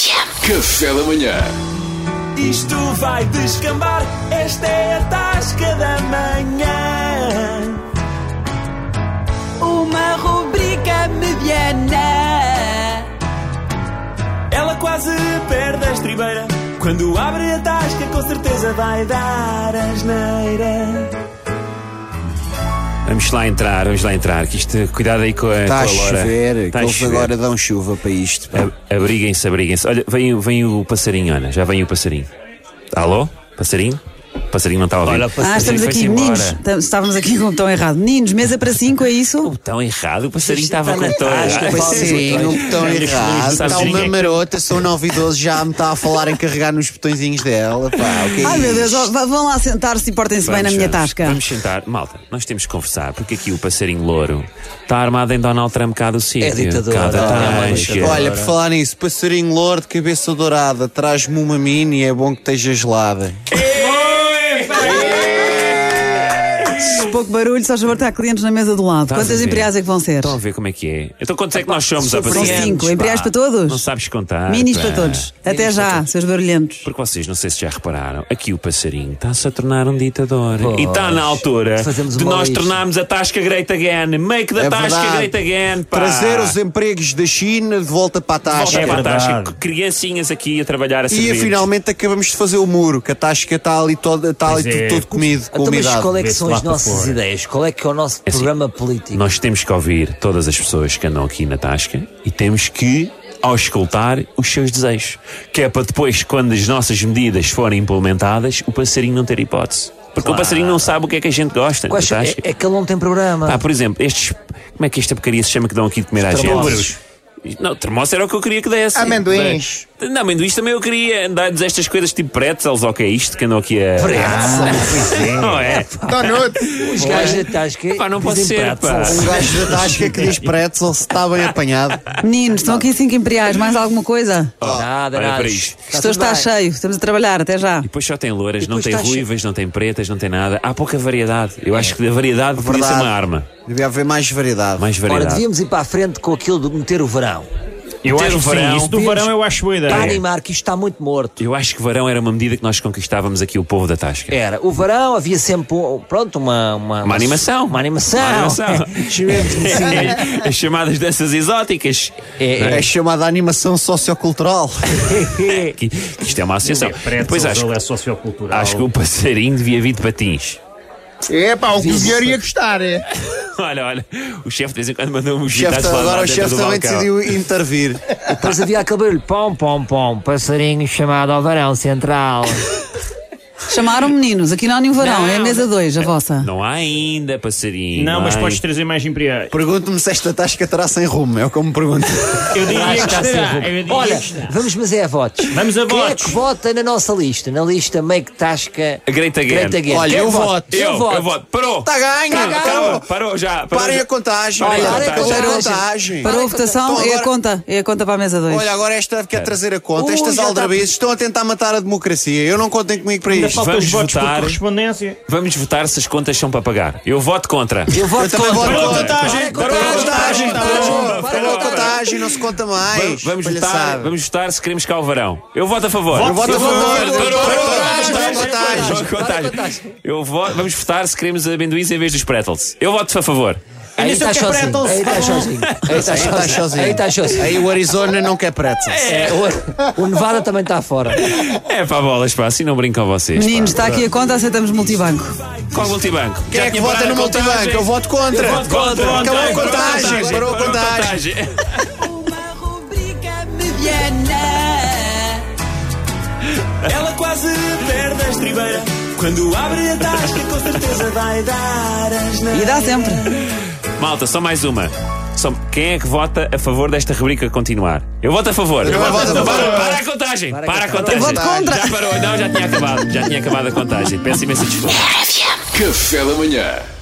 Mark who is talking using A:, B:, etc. A: Café da manhã.
B: Isto vai descambar, esta é a tasca da manhã.
C: Uma rubrica mediana.
B: Ela quase perde a estribeira. Quando abre a tasca, com certeza vai dar asneira.
D: Vamos lá entrar, vamos lá entrar. Que isto, cuidado aí com a.
E: Está
D: com
E: Tá a
D: Lora.
E: chover,
D: Está
E: que
D: tá a
E: eles
D: chover.
E: agora dão chuva para isto. pá.
D: A- Abriguem-se, abriguem-se. Olha, vem, o- vem o passarinho, Ana. Já vem o passarinho. Alô? Passarinho? O passarinho não está a ouvir.
F: Olha, o
C: Ah, estamos
D: Foi-se
C: aqui,
D: embora.
C: meninos. Tam- Estávamos aqui com o tom errado. Meninos, mesa para cinco, é isso?
D: Tão errado, o passarinho estava com
E: Não,
D: toda
E: acho que
D: a-
E: o passarinho não tão errado.
D: Sabes
E: Está uma
D: ninguém.
E: marota, são 9 e 12, já me está a falar em carregar nos botõezinhos dela. Pá, o que é
C: Ai meu Deus,
E: isto?
C: ó, vá- vão lá sentar-se e portem-se bem na minha
D: vamos,
C: tasca.
D: Vamos sentar. Malta, nós temos que conversar, porque aqui o passarinho louro está armado em Donald Trump cá
C: É
D: do sítio.
F: ditador,
D: Cá da
F: é uma
D: tasca.
F: ditadura.
E: Olha, por falar nisso, passarinho louro de cabeça dourada, traz-me uma mini, é bom que esteja gelada.
C: Pouco barulho, só favor, está clientes na mesa do lado.
D: Estás a
C: Quantas
D: ver?
C: imperiais é que vão ser?
D: Estão a ver como é que é. Então quantos é que nós somos, ó
C: São
D: passarinho?
C: cinco. Imperiais para
D: Não
C: todos?
D: sabes contar.
C: Minis
D: pá.
C: para todos. Até já, seus barulhentos.
D: Porque vocês não sei se já repararam, aqui o passarinho está-se a tornar um ditador. E está na altura
F: Fazemos
D: de
F: uma
D: nós
F: lista.
D: tornarmos a Tasca Great Again. Make da
E: É
D: Tasca
E: verdade.
D: Great Again. Pá.
E: Trazer os empregos da China de volta para a
D: Volta
E: tasca.
D: para a Tasca.
F: verdade.
D: Criancinhas aqui a trabalhar a
E: E
D: servir.
E: finalmente acabamos de fazer o muro, que a tasca está ali, toda, está ali
F: Pois é.
E: tudo, todo comido, com
F: Então, mas
E: umidade.
F: qual é que
G: Vê-se
F: são
G: lá
F: as
G: para
F: nossas
G: fora.
F: ideias? Qual é que é o nosso
D: assim,
F: programa político?
D: Nós temos que ouvir todas as pessoas que andam aqui na Tasca e temos que auscultar os seus desejos. Que é para depois, quando as nossas medidas forem implementadas, o passarinho não ter hipótese. Porque o passarinho não sabe o que é que a gente gosta.
F: Quais
D: da
F: são- é,
D: Tasca.
F: é que ele não tem programa.
D: Pá, por exemplo, estes. Como é que esta porcaria se chama que dão aqui de comer às
F: Termossos.
D: vezes? Não, termoço era o que eu queria que desse.
E: Amendoins.
D: Mas- Não, amendoins também eu queria. Dar-lhes estas coisas tipo pretzels, ou o que é isto que andam aqui a. Não é?
F: Os
G: é.
F: gajos da Tasca.
D: Pá, não pode
F: dizem
D: ser,
F: pretzels.
E: Um gajo da tasca que diz pretzel se está bem apanhado.
C: Meninos, estão aqui cinco imperiais, mais alguma coisa?
F: Nada,
D: Olha
F: nada.
D: para isto.
F: Está
C: Estou
F: Tá tudo
C: está
F: bem.
C: cheio, estamos a trabalhar, até já.
D: Depois só tem louras, não
F: depois
D: tem
F: está cheio.
D: ruivas, não tem pretas, não tem nada. Há pouca variedade. Eu acho que a variedade podia ser
E: Verdade.
D: uma arma.
E: Devia haver mais variedade.
D: Mais
F: Ora,
D: variedade.
F: devíamos ir para a frente com aquilo de meter o verão.
G: Eu
D: Ter
G: acho que
D: verão.
G: sim, isso um do varão eu acho boa
F: Para
G: ideia.
F: animar que isto está muito morto.
D: É. Eu acho que varão era uma medida que nós conquistávamos aqui o povo da
G: É,
D: Tasca.
F: Era, o verão havia sempre, um- pronto, uma... Uma,
D: Uma animação.
F: Uma animação. É.
D: Uma animação.
F: Chegamos assim.
D: É, As chamadas danças exóticas.
F: É,
E: É chamada animação sociocultural.
D: Que, que isto é uma associação. Depois
G: Pretzels,
D: acho,
G: ele é sociocultural.
D: acho que o passarinho devia vir de patins.
H: É pá, o cozinheiro ia gostar, é.
D: Olha, olha, o chefe de vez em quando mandou um
E: O chefe-
D: gitado lá
E: agora
D: lá
E: o
D: dentro
E: chefe
D: do
E: também
D: balcão.
E: decidiu intervir.
F: Depois havia aquele barulho, pom, pom, pom, passarinho chamado ao varão central.
C: Chamaram meninos, aqui não há nenhum varão, é a mesa dois, a vossa.
D: Não há ainda passarinho.
G: Não, mas
D: há
G: podes
D: ainda.
G: trazer mais imperiais.
E: Pergunto-me se esta tasca terá sem rumo, é o que eu me pergunto.
G: Eu diria
F: Acho
G: que
F: que está a ser
G: estará.
F: roubo.
G: Eu diria
F: Olha,
G: que estará.
F: vamos mas é a votos.
G: Vamos a
F: Quem é
G: votos.
F: que vota na nossa lista? Na lista Make Tasca
D: A Great Again.
F: Great Again.
E: Olha,
F: Quem
E: eu
F: vota?
E: voto.
D: Eu, eu voto. Parou.
E: Está Tá ganho!
D: Acabou.
E: acabou.
D: Parou já. Parou
E: Parem
D: já.
E: a contagem!
D: Olha,
E: Parem a
F: parem a
E: contagem!
C: Para a votação,
E: Então
C: é a
E: agora-
C: conta, é a conta para a mesa dois.
E: Olha, agora esta quer trazer a conta.
F: Ui,
E: Estas
F: já está-
E: aldrabices estão a tentar matar a democracia. Eu não contem comigo para
G: tá- Ainda
E: isto.
G: faltam os
D: Vamos
G: votos
D: votar.
G: por correspondência.
D: Vamos votar se as contas são para pagar. Eu voto contra.
F: Eu voto
E: Eu também
F: contra.
E: voto contra.
F: Para
E: Parou a
F: contar.
E: contagem!
F: Para
E: parou,
F: contar.
E: Parou a
F: Para contar.
E: contagem, não se conta mais!
D: Vamos, vamos votar,
E: Palhaçada.
D: vamos votar se queremos cá o varão. Eu voto a favor.
E: Eu voto a favor!
D: Parou, parou,
E: Parou
D: parou,
E: a contagem! Parou a
D: parou,
E: contagem!
D: parou, contagem. Eu voto, vamos votar se queremos amendoins em vez dos pretzels. Eu voto a favor.
F: Aí está sozinho. Aí está sozinho. Aí está
E: Aí está sozinho.
F: Aí está sozinho.
E: Aí o Arizona não quer pretzels.
F: É, o- o Nevada também está fora.
D: É para bolas, pá, assim não brincam vocês. pá.
C: Meninos, está aqui a conta, aceitamos multibanco.
D: Qual multibanco?
E: Quem é que vota no multibanco? Eu voto contra. Acabou a contagem. Parou a contagem.
C: Uma rubrica mediana.
B: Ela quase perde a estribeira. Quando abre a tasca, com certeza vai dar asneira.
C: E dá sempre.
D: Malta, só mais uma. Só- Quem é que vota a favor desta rubrica continuar? Eu voto a favor.
E: Eu voto a favor.
D: Para, para a contagem. Para, a contagem.
C: Eu voto contra.
D: Já parou. Não, já tinha acabado. Já tinha acabado a contagem. Peço imensa desculpa.
A: Café da manhã.